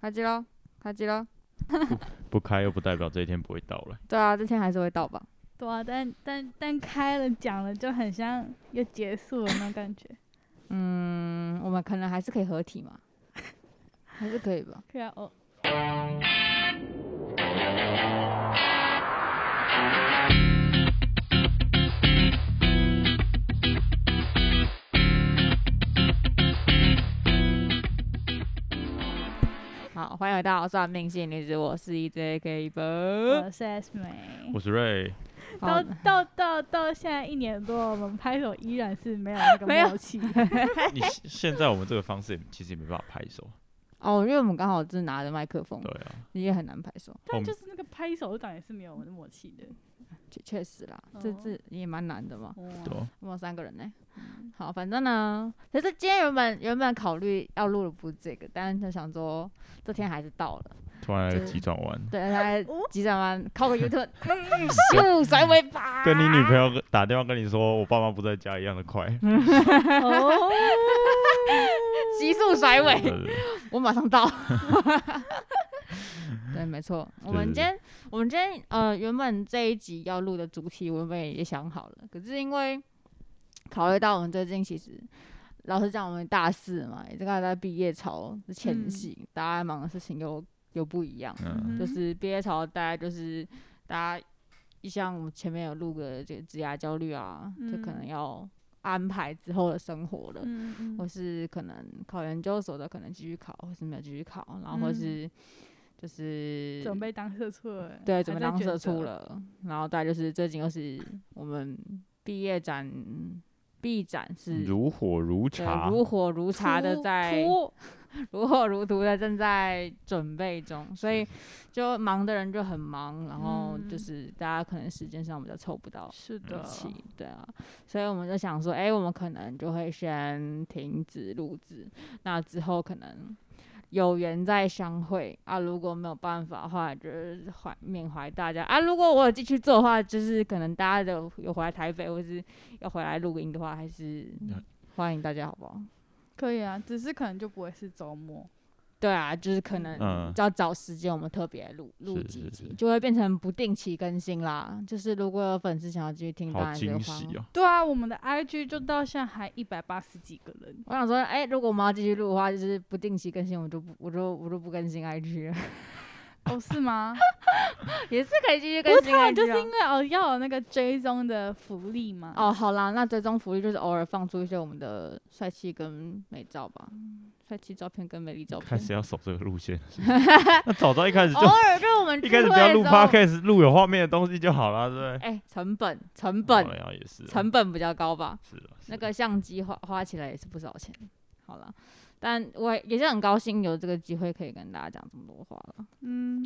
开机喽，开机喽。不开又不代表这一天不会到来。对啊，这天还是会到吧？对啊，但但但开了讲了就很像又结束了那种感觉。嗯，我们可能还是可以合体嘛， 还是可以吧？对啊，哦，好，欢迎回到算命系女子，我是 E EJ K 我本。是 S 嗯美。我是瑞，到呃好，到到到现在一年多，我们拍手依然是没有那个没有默契。 你现现在我们这个方式也其实也没办法拍手，哦，因为我们刚好是拿着麦克风对，啊，也很难拍手，我但们就是那个拍手掌也是没有我们的默契的。确确实啦，这哦这也蛮难的嘛。对哇，嗯啊我们有三个人呢、好，反正呢，其实今天原本原本考虑要录的不是这个，但是就想说这天还是到了，突然来个就急转弯， 对，来哦急转弯，靠个 U turn，嗯 咻，甩尾巴，跟你女朋友打电话跟你说我爸妈不在家一样的快， 哦，急速甩对尾，对对我马上 到。对，没错，我们对对对今天我们今天呃原本这一集要录的主题，我们也想好了，可是因为考虑到我们最近其实。老实讲，我们大四嘛，也大概在毕业潮的前嗯夕，大家忙的事情又又不一样。嗯，就是毕业潮，大概就是大家，一像我们前面有录的这个职涯焦虑啊，就可能嗯要安排之后的生活了，嗯嗯或是可能考研究所的可能继续考，或是没有继续考，然后或嗯是就是嗯准备当社畜了，对还准备在当抉社畜择，了，然后再就是最近又是我们毕业展，毕展是。如火如嗯对茶，如火如茶的突在突如火如荼的正在准备中，所以就忙的人就很忙，然后就嗯是大家可能时间上比较凑不到是的一，起，对啊，所以我们就想说，哎、我们可能就会先停止录制，那之后可能有缘再相会啊，如果没有办法的话，就是怀缅怀大家啊，如果我有继续做的话，就是可能大家有有回来台北或是要回来录音的话，还是嗯欢迎大家，好不好？可以啊，只是可能就不会是周末。对啊，就是可能嗯要找时间，我们特别录录是几是集是，就会变成不定期更新啦。就是如果有粉丝想要继续听，当好然是欢惊迎。喜哦，对啊，我们的 IG 就到现在还一百八十几个人，我想说，哎、如果我们要继续录的话，就是不定期更新，我就不，我就我就不更新 IG 了，哦，是吗？也是可以继续不更是新他 IG 们就是啊因为哦要有那个追踪的福利嘛。哦，好啦，那最终福利就是偶尔放出一些我们的帅气跟美照吧，帅气照片跟美丽照哦开片。始要走这个 路线了，是不是那早知道一开始就偶尔就是我们一聚开会始不要的录时候， podcast，录有画面的东西就好了，对不哎、成本成对？本好像也是啊，成本比较高吧。是啊是那啊个相机花花起来也是不少钱。好了，但我也也是很高兴有这个机会可以跟大家讲这么多话了。嗯，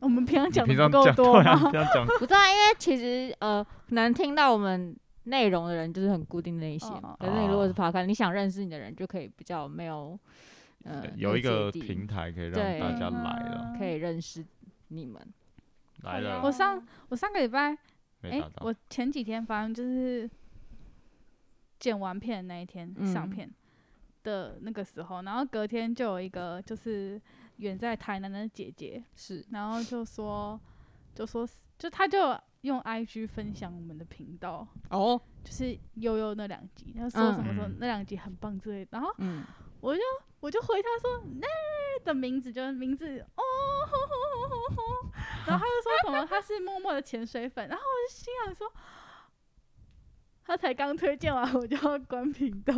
我们平常你讲的平不常够讲多 对吗？啊，这样讲不知道，因为其实呃，能听到我们内容的人就是很固定的一些嘛哦。可是你如果是哦 p 看，你想认识你的人就可以比较没有呃有 一个芥蒂平台可以让对大 家来了，可以认识你们。来我了，上我上个礼拜，没哎、打到我，前几天反正就是呃剪完片那一天、嗯上片的那个时候，然后隔天就有一个就是远在台南的姐姐，是然后就说就说就她就用 IG 分享我们的频道，哦，就是悠悠那两集，她说什么嗯说嗯那两集很棒之类的，然后嗯，我就回他说那的名字就是名字哦，吼吼吼吼吼，然后他就说什么他是默默的潜水粉，然后我就心想说，他才刚推荐完我就要关频道，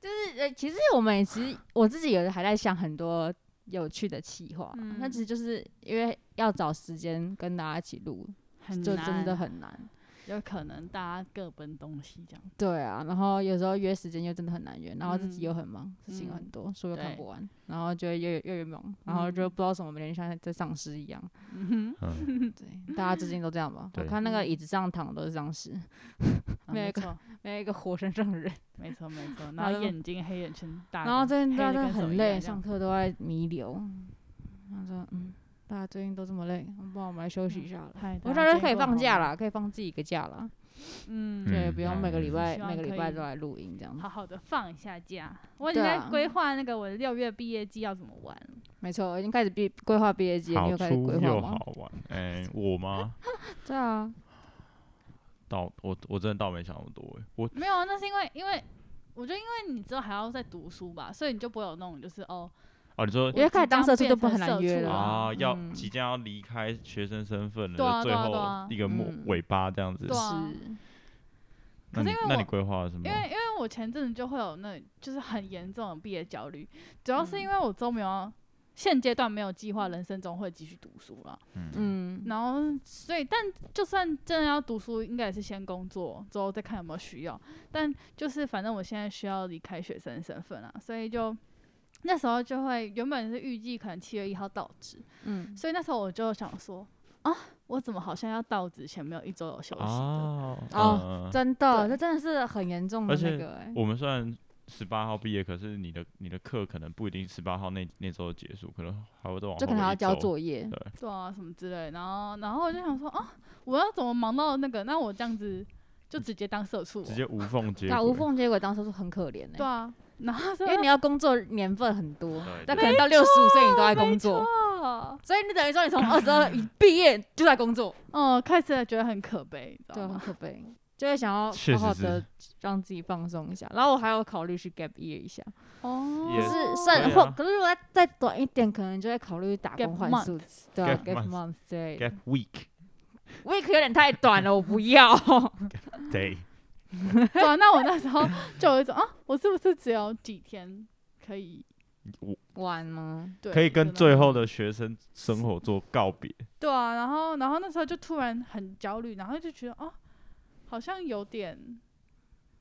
就是呃，其实我们也其实我自己有还在想很多有趣的企划，嗯那其实就是因为要找时间跟大家一起录，很就真的很难。有可能大家各奔东西这样。对啊，然后有时候约时间又真的很难约，然后自己嗯又很忙，事情又很嗯多，书又看对不完，然后就会越越越忙，然后就嗯不知道什么，每天像在丧尸一样。嗯嗯， 对，大家最近都这样吧？我对看那个嗯椅子上躺的都是丧尸，哼，没有一啊没个错，没有一个活生生的人。没错，没 错。然然后后眼睛黑眼圈 大的，然后最近黑大家真得的跟手很一累，上样这样课都在弥留。他说：“嗯，大家最近都这么累，不然我们来休息一下了。”嗨，我大觉家得可以今天过得放好假吗，啦，可以放自己一个假啦。嗯，对，嗯不用每个礼拜希望每个可礼以拜都来录音这样子好。好的放一下假。我已嗯对经在啊规划那个我的六月毕业季要怎么玩了。没错，我已经开始毕规划毕业季了，你好有开始出规划又吗？好玩。哎，我吗？对啊，倒我我真的倒没想那么多哎，我没有，啊，那是因为因为我觉得因为你之后还要再读书吧，所以你就不会有那种就是哦，哦你说因为开始当社畜就不很难约对了啊，要嗯即将要离开学生身份对了，啊就最对啊对啊后一个末嗯尾巴这样子对。啊那可是你因为那我你规划了什么因？为因为我前阵子就会有那就是很严重的毕业焦虑，主要是因为我都没有现阶段没有计划人生中会继续读书了，嗯，嗯，然后所以但就算真的要读书，应该也是先工作之后再看有没有需要，但就是反正我现在需要离开学生身份啊，所以就。那时候就会原本是预计可能七月一号到职，嗯，所以那时候我就想说啊，我怎么好像要到职前没有一周有休息的？哦哦嗯真的，对这真的是很严重的而且那个、欸，我们虽然十八号毕业，可是你的你的课可能不一定十八号那那周结束，可能还会再往就可能后还要一交周作业，对啊，什么之类。然后，然后我就想说，啊，我要怎么忙到那个？那我这样子就直接当社畜哦、直接无缝接那轨啊无缝接轨当时是很可怜的、对啊，然后因所以为 你要工作年份很多对，但可对能到六十五岁你都在工作，哦，所以你等于说你从二十二毕业就在工作，哦，开始觉得很可悲，你知 对，啊道很吗？可悲，就会想要确好好实的是让自己放松一下。然后我还有考虑去 gap year 一下，哦，也是可剩以啊或可是如果再再短一点，可能就会考虑打 Gap 工换 month 数字，对啊 Gap ，gap month month 对 gap week ，week 有点太短了，我不 要。 day，对啊。那我那时候就有一种啊，我是不是只有几天可以？玩吗？对，可以跟真嗯最后的学生生活做告别。对啊，然后然后那时候就突然很焦虑，然后就觉得哦，好像有点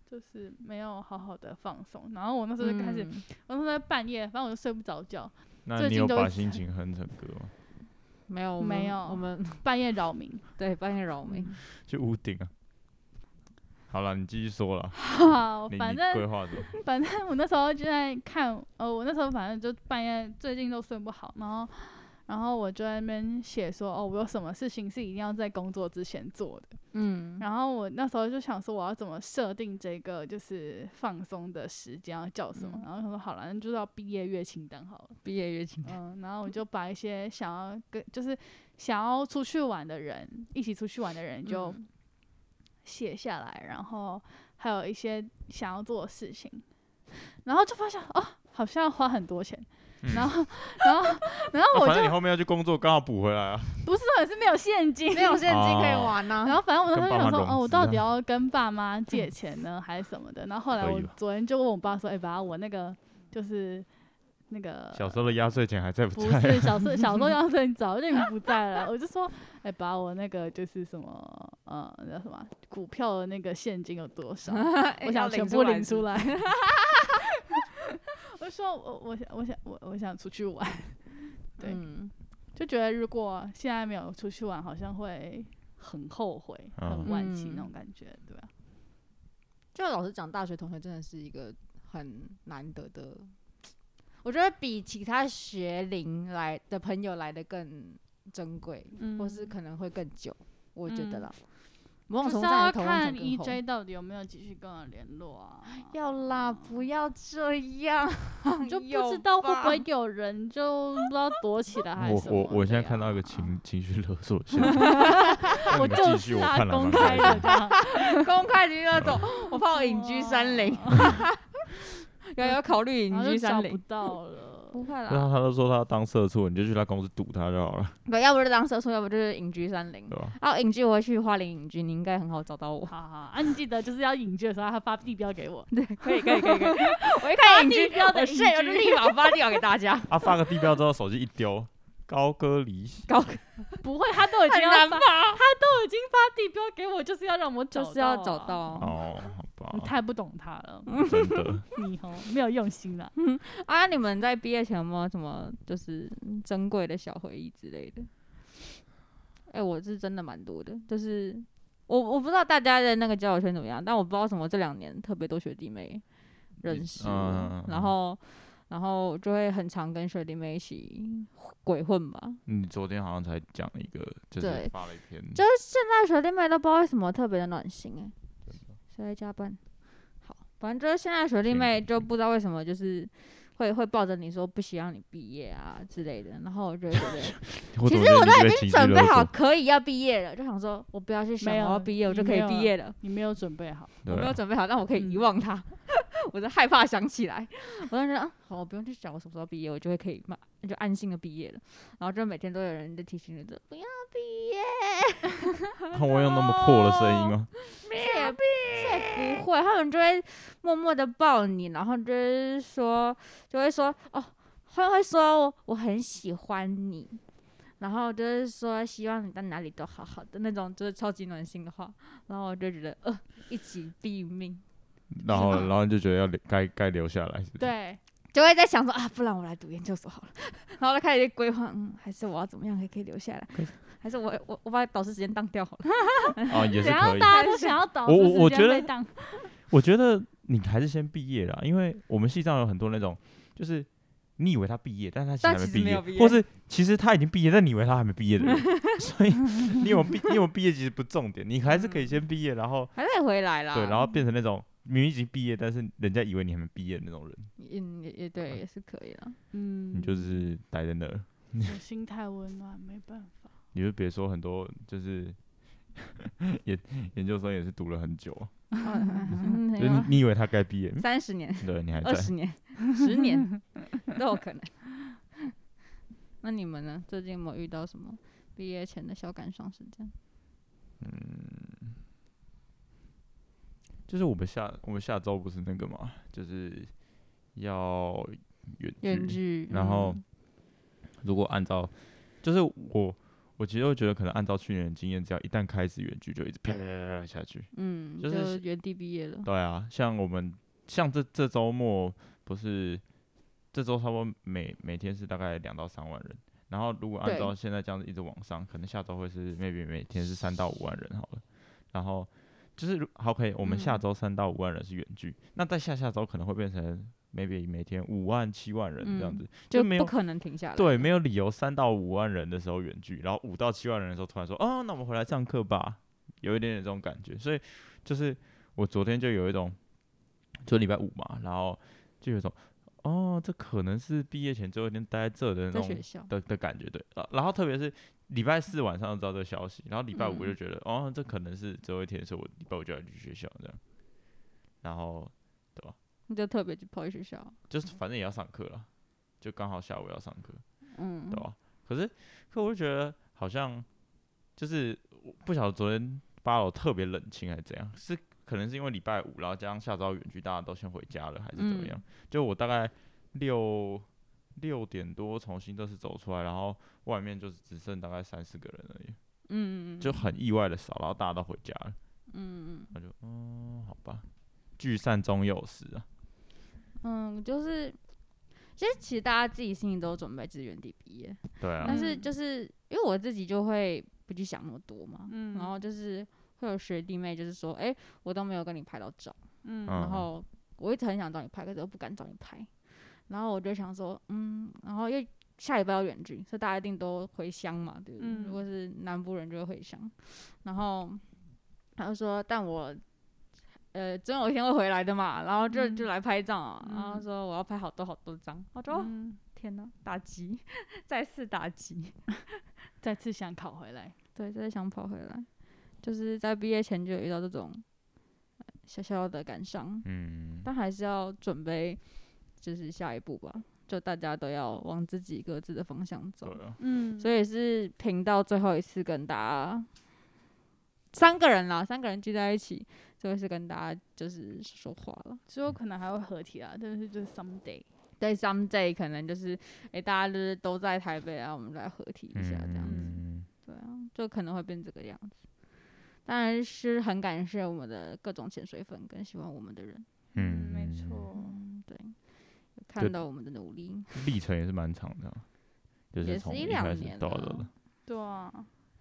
就是没有好好的放松。然后我那时候就开始，嗯我那时候在半夜，反正我就睡不着觉，那最你近有都把一直心情哼成歌吗？没有我们没有我们 半夜扰民。对半夜扰民，去屋顶啊。好了，你继续说了，好，你反你规正划什么？反正我那时候就在看，呃，我那时候反正就半夜最近都睡不好，然后然后我就在那边写说，哦，我有什么事情是一定要在工作之前做的。嗯，然后我那时候就想说，我要怎么设定这个就是放松的时间要叫嗯什么？然后想说好了，那就到毕业月清单好了。毕业月情嗯，然后我就把一些想要跟就是想要出去玩的人，一起出去玩的人就嗯写下来，然后还有一些想要做的事情，然后就发现哦，好像要花很多钱，然后然后然嗯啊后我反就正你后面要去工作，刚好补回来啊。不是重点是没有现金，没有现金可以哦玩啊呢。 然后反正我当时跟爸想妈说，融哦，我资到啊底要跟 爸妈借钱呢，还是什么的？然后后来可以我吧昨天就问我爸说，哎、爸，我那个就是那呃个小时候的压岁钱还在不不在？ 是小时候小时候要是你早就已经不在了，我就说，哎、把我那个就是什么呃那叫什么啊股票的那个现金有多少，我想全部领出来。来。 我就说我我想我想我我想出去玩， 对嗯，就觉得如果现在没有出去玩，好像会很后悔、很嗯惋惜嗯那种感觉，对吧、就老实讲，大学同学真的是一个很难得的，我觉得比其他学龄来的朋友来的更珍贵，嗯或是可能会更久，我觉得嗯啦。某种就程是度上要也同温看层更厚 EJ 到底有没有继续跟我联络啊？ 要啦，不要这样，你 就不有知道会不会吧有人就不知道躲起来还是我什我么我的现在看到一个 呀情情绪勒索的现象，那我你们就继是续，我啊，看了公蛮开开的心这的。样，公开的那 种，我怕 我隐居山林，有有考虑哦 隐然后居就找山不林，到了。不会然啦，后他都说他要当社畜，你就去他公司堵他就好了，对，要不就当社畜，要不就是隐居山林对。吧？啊，隐居我会去花莲隐居，你应该很好找到我。 好好，啊，你记得就是要隐居的时候，他发地标给我。对，可以可以可以可以， 我一看到隐居地标的我隐是我就居立马发掉给大家。啊，发个地标之后，手机一丢，高歌离席。高不会，他都已经很要难发，吧？都已经发地标给我，就是要让我找就到、啊是要 找。到啊哦，好你吧，太不懂他了，真的。你哦没有用心了。 啊！你们在毕业前有没有什么就是珍贵的小回忆之类的？哎、我是真的蛮多的，就是我我不知道大家的那个交友圈怎么样，但我不知道为什么这两年特别多学弟妹认识我，嗯嗯嗯嗯然后。然后就会很常跟学弟妹一起鬼混吧。你嗯昨天好像才讲了一个，就是对发了一篇，就是现在学弟妹都不知道为什么特别的暖心哎、谁在加班？好，反正就是现在学弟行妹就不知道为什么就是会会抱着你说不希望你毕业啊之类的，然后我就会觉得其实我都已经准备好，可以要毕业了，就想说我不要去想没我有要毕业，我你就可以没有毕啊业了。你没有准 备好，我没有对，啊准备好，但我可以遗嗯忘它。 我在害怕想起来，我当时啊，好，我不用去想我什么时候毕业，我就会可以嘛，就安心的毕业了。然后就每天都有人在提醒你着，不要毕业，看我用那么破的声 音吗？这也这也不会，他们就会默默的抱你，然后就是说，就会说哦，他们会说我我很喜欢你，然后就是说希望你到哪里都好好的那种，就是超级暖心的话。然后我就觉得，呃，一起毙命。然后，啊然后就觉得要留该该留下来，是不是，对，就会在想说啊，不然我来读研究所好了，然后就开始规划，嗯，还是我要怎么样还可以留下来，还是我我我把导师时间当掉好了。 啊，也是然可后以。大家都想要导我致我我时觉间得被当，我觉得你还是先毕业啦，因为我们系上有很多那种，就是你以为他毕业，但是他但其其实实没还有没毕毕业，业或是其实他已经毕业，但你以为他还没毕业的人，所以你有毕你有毕业其实不重点，你还是可以先毕业，然后还是回来啦。对，然后变成那种明明已经毕业，但是人家以为你还没毕业的那种人，嗯，也也对，也是可以 啦。 嗯，你就是待在那儿，我心态温暖，没办法。你就别说很多就是 研研究生也是读了很久，啊嗯就是你你以为他该毕业，嗯三十年、对你还在二，十年、 十 年都有可能。 那你们呢？最近有没有遇到什么毕业前的小感伤事件？就是我们下我们下周不是那个嘛，就是要远远距，嗯嗯然后如果按照，就是我我其实会觉得可能按照去年的经验，只要一旦开始远距，就一直啪啪啪啪啪下去。嗯，就就是原地毕业了。对啊，像我们像这这周末不是这周差不多每每天是大概两到三万人，然后如果按对照现在这样子一直往上，可能下周会是 maybe 每天是三到五万人好了，然后。就是如好可以，我们下嗯周三到五万人是远距，那在下下周可能会变成 maybe 每天五万七万人这样嗯子，就没不有可能停下来。对，没有理由三到五万人的时候远距，然后五到七万人的时候突然说，哦，那我们回来上课吧，有一点点这种感觉。所以就是我昨天就有一种，就礼拜五嘛，然后就有一种，哦，这可能是毕业前最后一天待在这的那在种学校，的的感觉，对。然然后特别是礼拜四晚上知道这个消息，然后礼拜五嗯就觉得，哦，这可能是最后一天，所以我礼拜五就要去学校这样。然后你就特别去跑去学校。就是反正也要上课了，就刚好下午要上课。嗯对，吧？可是，可我就觉得好像就是我不晓得昨天八楼特别冷清还是怎样，是可能是因为礼拜五，然后加上下周远距，大家都先回家了，还是怎嗯么样？就我大概六六点多从新德市走出来，然后外面就只剩大概三四个人而已，嗯，就很意外的少，然后大家都回家了，嗯我就嗯，好吧，聚散终有时啊，嗯，就是其实其实大家自己心里都有准备，就是原地毕业，对啊但，是嗯就是因为我自己就会不去想那么多嘛，嗯然后就是会有学弟妹就是说，哎、我都没有跟你拍到照，嗯嗯然后我一直很想找你拍，可是我不敢找你拍，然后我就想说，嗯，然后因为下礼拜要远距，所以大家一定都回乡嘛，对不对？嗯如果是南部人就会回乡，然后他就说，但我。呃，总有一天会回来的嘛，然后就就嗯来拍照啊，然后嗯说我要拍好多好多张，我说、哦嗯天哪，打击， 再次打击，再次想考回来，对，就是想跑回来，就是在毕业前就有遇到这种呃小小的感伤，嗯，但还是要准备，就是下一步吧。就大家都要往自己各自的方向对走，啊，嗯所以是频道最后一次跟大家三个人啦，三个人聚在一起，最后一次跟大家就是说话了。以之后可能还会合体啦，但是就是 someday，对，someday 可能就是诶、大家就是都在台北啊，我们来合体一下这样子。嗯对啊，就可能会变这个样子。当然是很感谢我们的各种潜水粉跟喜欢我们的人，嗯没错，嗯，对，有看到我们的努力，历程也是蛮长的啊，就也是是从一两开始年到了哦的，对啊，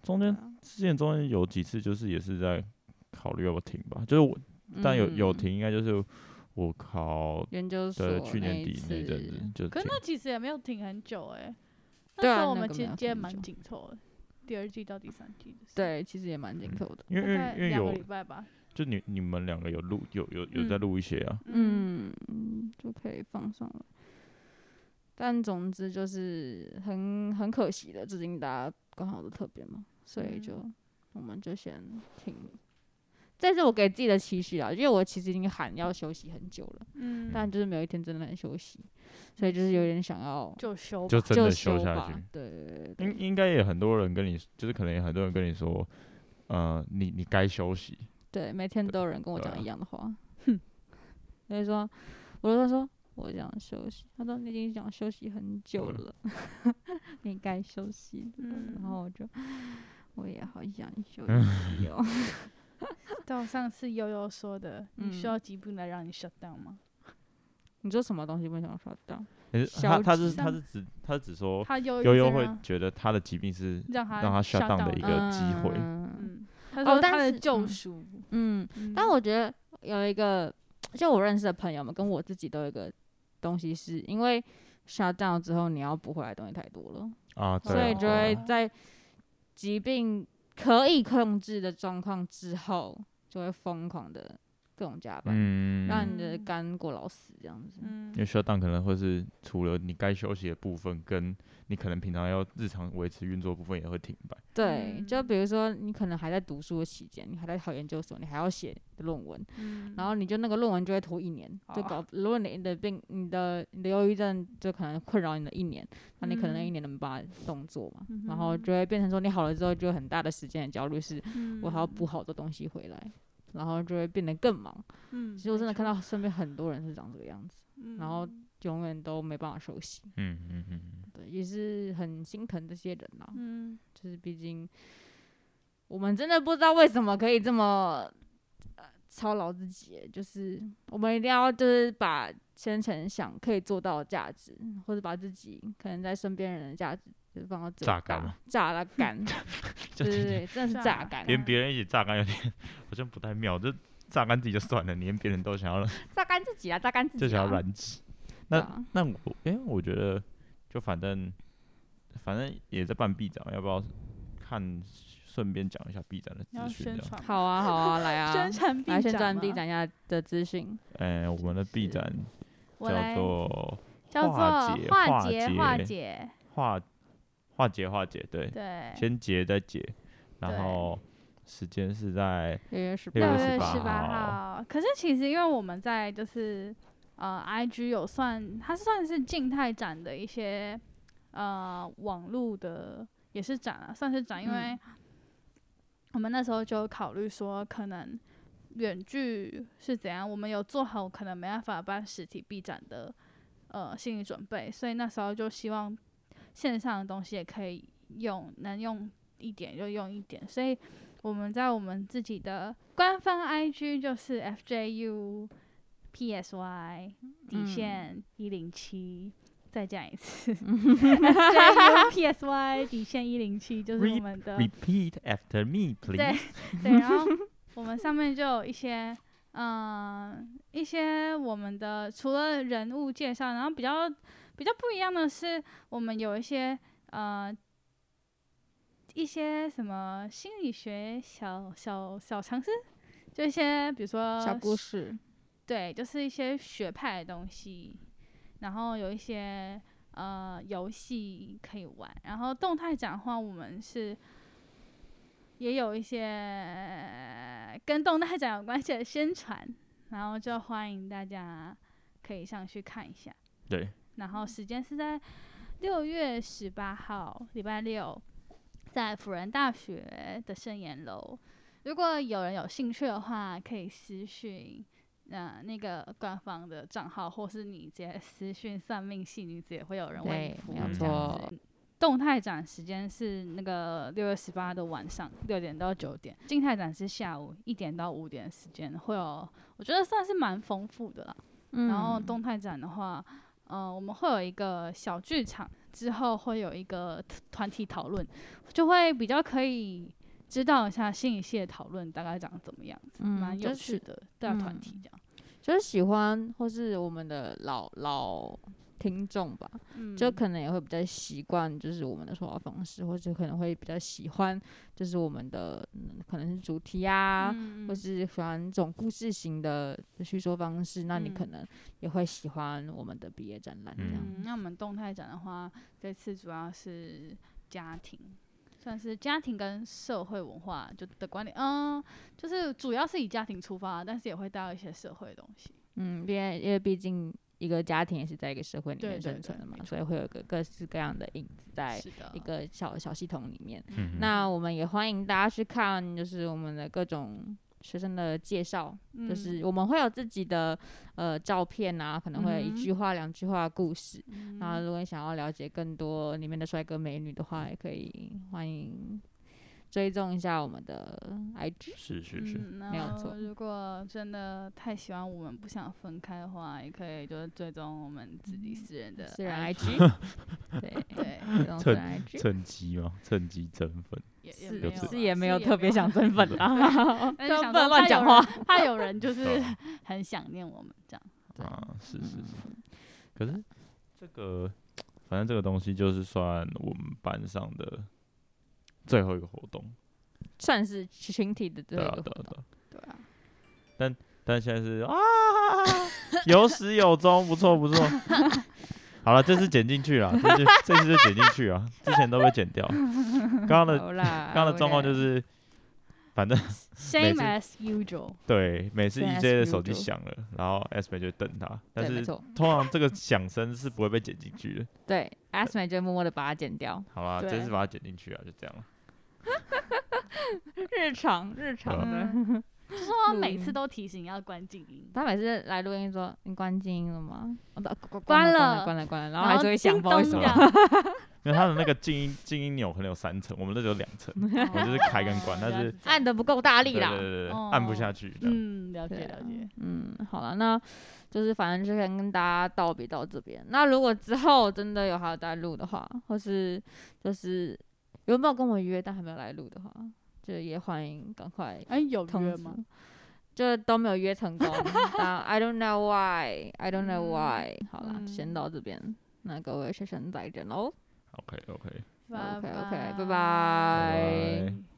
中对间啊之前中间有几次就是也是在考虑要不要停吧，就是我但有有嗯停，应该就是我考研究所的去年一底那次一阵子就可是停那其实也没有停很久哎、对啊那时候我那们个其没实有接停很蛮久紧凑的，第二季到第三季的时候，对，其实也嗯蛮紧凑的。因为因大为概因为两个有礼拜吧。就你你们两个有录有有有在嗯录一些啊，嗯，就可以放上了。但总之就是很很可惜的，最近大家刚好都特别忙，所以就、嗯我们就先停。这是我给自己的期许啊，因为我其实已经喊要休息很久了，嗯，但就是没有一天真的能休息，所以就是有点想要就休就吧。真就的休休下吧去。。对对对对对应应该也很多人跟你，就是可能也很多人跟你说，呃，你你该休息。对，每天都有人跟我对讲啊一样的话。所以说，我就说我想休息，他说你已经想休息很久嗯了， 你该休息了。嗯然后我就我也好想休嗯息哦。 到上次悠悠说的，你需嗯要疾病来让你 shut down 吗？你说什么东西不想刷到？可是消他他极是他上是只他是只说他悠悠在悠会让觉得他的疾病是让他让他 shut down 的 down 一个机会嗯嗯，他哦说但他的是救嗯赎。嗯，嗯但我觉得有一个，就我认识的朋友们跟我自己都有一个东西是，因为 shut down 之后你要补回来的东西太多了。啊，对所以啊就会对啊在疾病可以控制的状况之后，就会疯狂的各种加班，嗯，让你的嗯肝过劳死这样子。嗯因为 shut down 可能会是除了你该休息的部分，跟你可能平常要日常维持运作的部分也会停摆。对，就嗯比如说你可能还在读书的期间，你还在考研究所，你还要写论文，嗯然后你就那个论文就会拖一年，就哦搞。如果你的病、你的你的忧郁症就可能困扰你的一年，那你可能那一嗯年能把它动作嘛，嗯然后哼就会变成说你好了之后就有很大的时间的焦虑是，我还要嗯补好多东西回来，然后就会变得更忙。嗯，其实我真的没看错，到身边很多人是长这个样子，然后嗯永远都没办法休息。嗯嗯嗯嗯，对，也是很心疼这些人啦、嗯，就是毕竟我们真的不知道为什么可以这么呃操劳自己，就是我们一定要就是把先前想可以做到的价值，或者把自己可能在身边人的价值。就是放到最榨大干嘛，榨了干，就对对听起来对，真的是榨榨干，啊 连别人一起榨干有点好像不太妙，就榨干自己就算了，你连别人都想 要榨干自己啊啦，榨干自己就啦，想要染指。对那啊那我，哎、我觉得就反正反正也在办 B 展，要不要看？顺便讲一下 B 展的要资讯，宣这样。传好啊，好啊，来啊宣，传来必宣传吗地展一下的资讯。哎、我们的 B 展我叫来做叫化做解化化解解化解，化化解化解，对，对，先结再解，对然后时间是在六月十六八月18 18六月十号八号。可是其实因为我们在就是呃，IG 有算，它算是静态展的一些呃网路的，也是展啊，算是展，因为我们那时候就有考虑说可能。远距是怎样？我们有做好可能没办法办实体 B 展的呃心理准备，所以那时候就希望线上的东西也可以用，能用一点就用一点。所以我们在我们自己的官方 IG 就是 FJU PSY 底线一零七。再讲一次 ，FJU PSY 底线一零七就是我 Re- 们呃的 repeat after me 对 please。 对，然后我们上面就有一些，嗯，一些我们的除了人物介绍，然后比较比较不一样的是，我们有一些呃一些什么心理学小小小常识，就一些比如说小故事，对，就是一些学派的东西，然后有一些呃游戏可以玩，然后动态展的话，我们是也有一些跟动态展有关系的宣传，然后就欢迎大家可以上去看一下。对，然后时间是在六月十八号，礼拜六，在辅仁大学的盛宴楼。如果有人有兴趣的话，可以私讯呃那个官方的账号，或是你直接私讯算命系女子，也会有人为你对，服务没有有这样错子。。动态展时间是那个六月十八的晚上六点到九点，静态展是下午一点到五点的时间，会有我觉得算是蛮丰富的啦。然后嗯动态展的话，呃，我们会有一个小剧场，之后会有一个 t- 团体讨论，就会比较可以知道一下心理系的讨论大概长怎么样子，嗯蛮有就是啊嗯趣的，大家团体这样。就是喜欢或是我们的老老听众吧，嗯就可能也会比较习惯，就是我们的说话方式，或者可能会比较喜欢，就是我们的、嗯可能是主题啊，嗯或是喜欢这种故事型的叙说方式，那你可嗯能也会喜欢我们的毕业展览这样。嗯，那我们动态展的话，这次主要是家庭，算是家庭跟社会文化就的关联，嗯，就是主要是以家庭出发，但是也会带到一些社会的东西。嗯，因为因为毕竟一个家庭也是在一个社会里对面对生存对的嘛没，所以会有个各式各样的影子在是的，一个小小系统里面。嗯哼那我们也欢迎大家去看，就是我们的各种学生的介绍，就嗯是我们会有自己的呃照片啊，可能会有一嗯哼句话、两句话的故事。嗯那如果你想要了解更多里面的帅哥美女的话，也可以欢迎追踪一下我们的 IG。是是是，嗯，没有然后错如果真的太喜欢我们，不想分开的话，也可以就是追踪我们自己私人的嗯私人 IG，对， 对，追踪私人 IG。趁机嘛，趁机增粉，也也是没有自是啦也没有是特别想增粉 啦，但是就想 不能说乱怕讲有话。人 怕有人就是对 很想念我们这样。对啊，是是是。嗯可是这个，反正这个东西就是算我们班上的最后一个活动， 算是群体的最对后一个啊活对啊动。对啊。对啊，但现在是啊， 有始有终，不错不 错。好了，这次剪进去了，这次这次就剪进去啊，之前都被剪掉。刚刚的好啦， 刚刚的状况就是，反正 same 每 as usual。对每次对 EJ ，as 的手机 usual 响了，然后 S 妹就等他，但对，没是错，通常这个响声是不会被剪进去的。对 a s m a 就默默的把它剪掉。好啦，对这次把它剪进去啊，就这样了。日常日常的， 嗯，就说他录每音次都提醒要关静音，啊他每次来录音说：“你关静音了吗？”我说关关了，了关了，关了，然后还是会响，叮不好意咚思这哦，样因为它的那个静音静音钮可能有三层，我们这只有两层，我就是开跟 关哦但原来是这样按的不够大对力对啦。对对，对按不哦下去。这样嗯，了解对啊了解。嗯，好了，那就是反正就先跟大家道别到这边。那如果之后真的有还有在录的话，或是就是有没有跟我约但还没有来录的话，就也欢迎赶快哎，有通约知吗？。就都没有约成 功但，I don't know why, I don't know 嗯 why、好啦，先嗯到这边，那各位学生再见喽。 OK OK OK，OK，拜拜拜拜。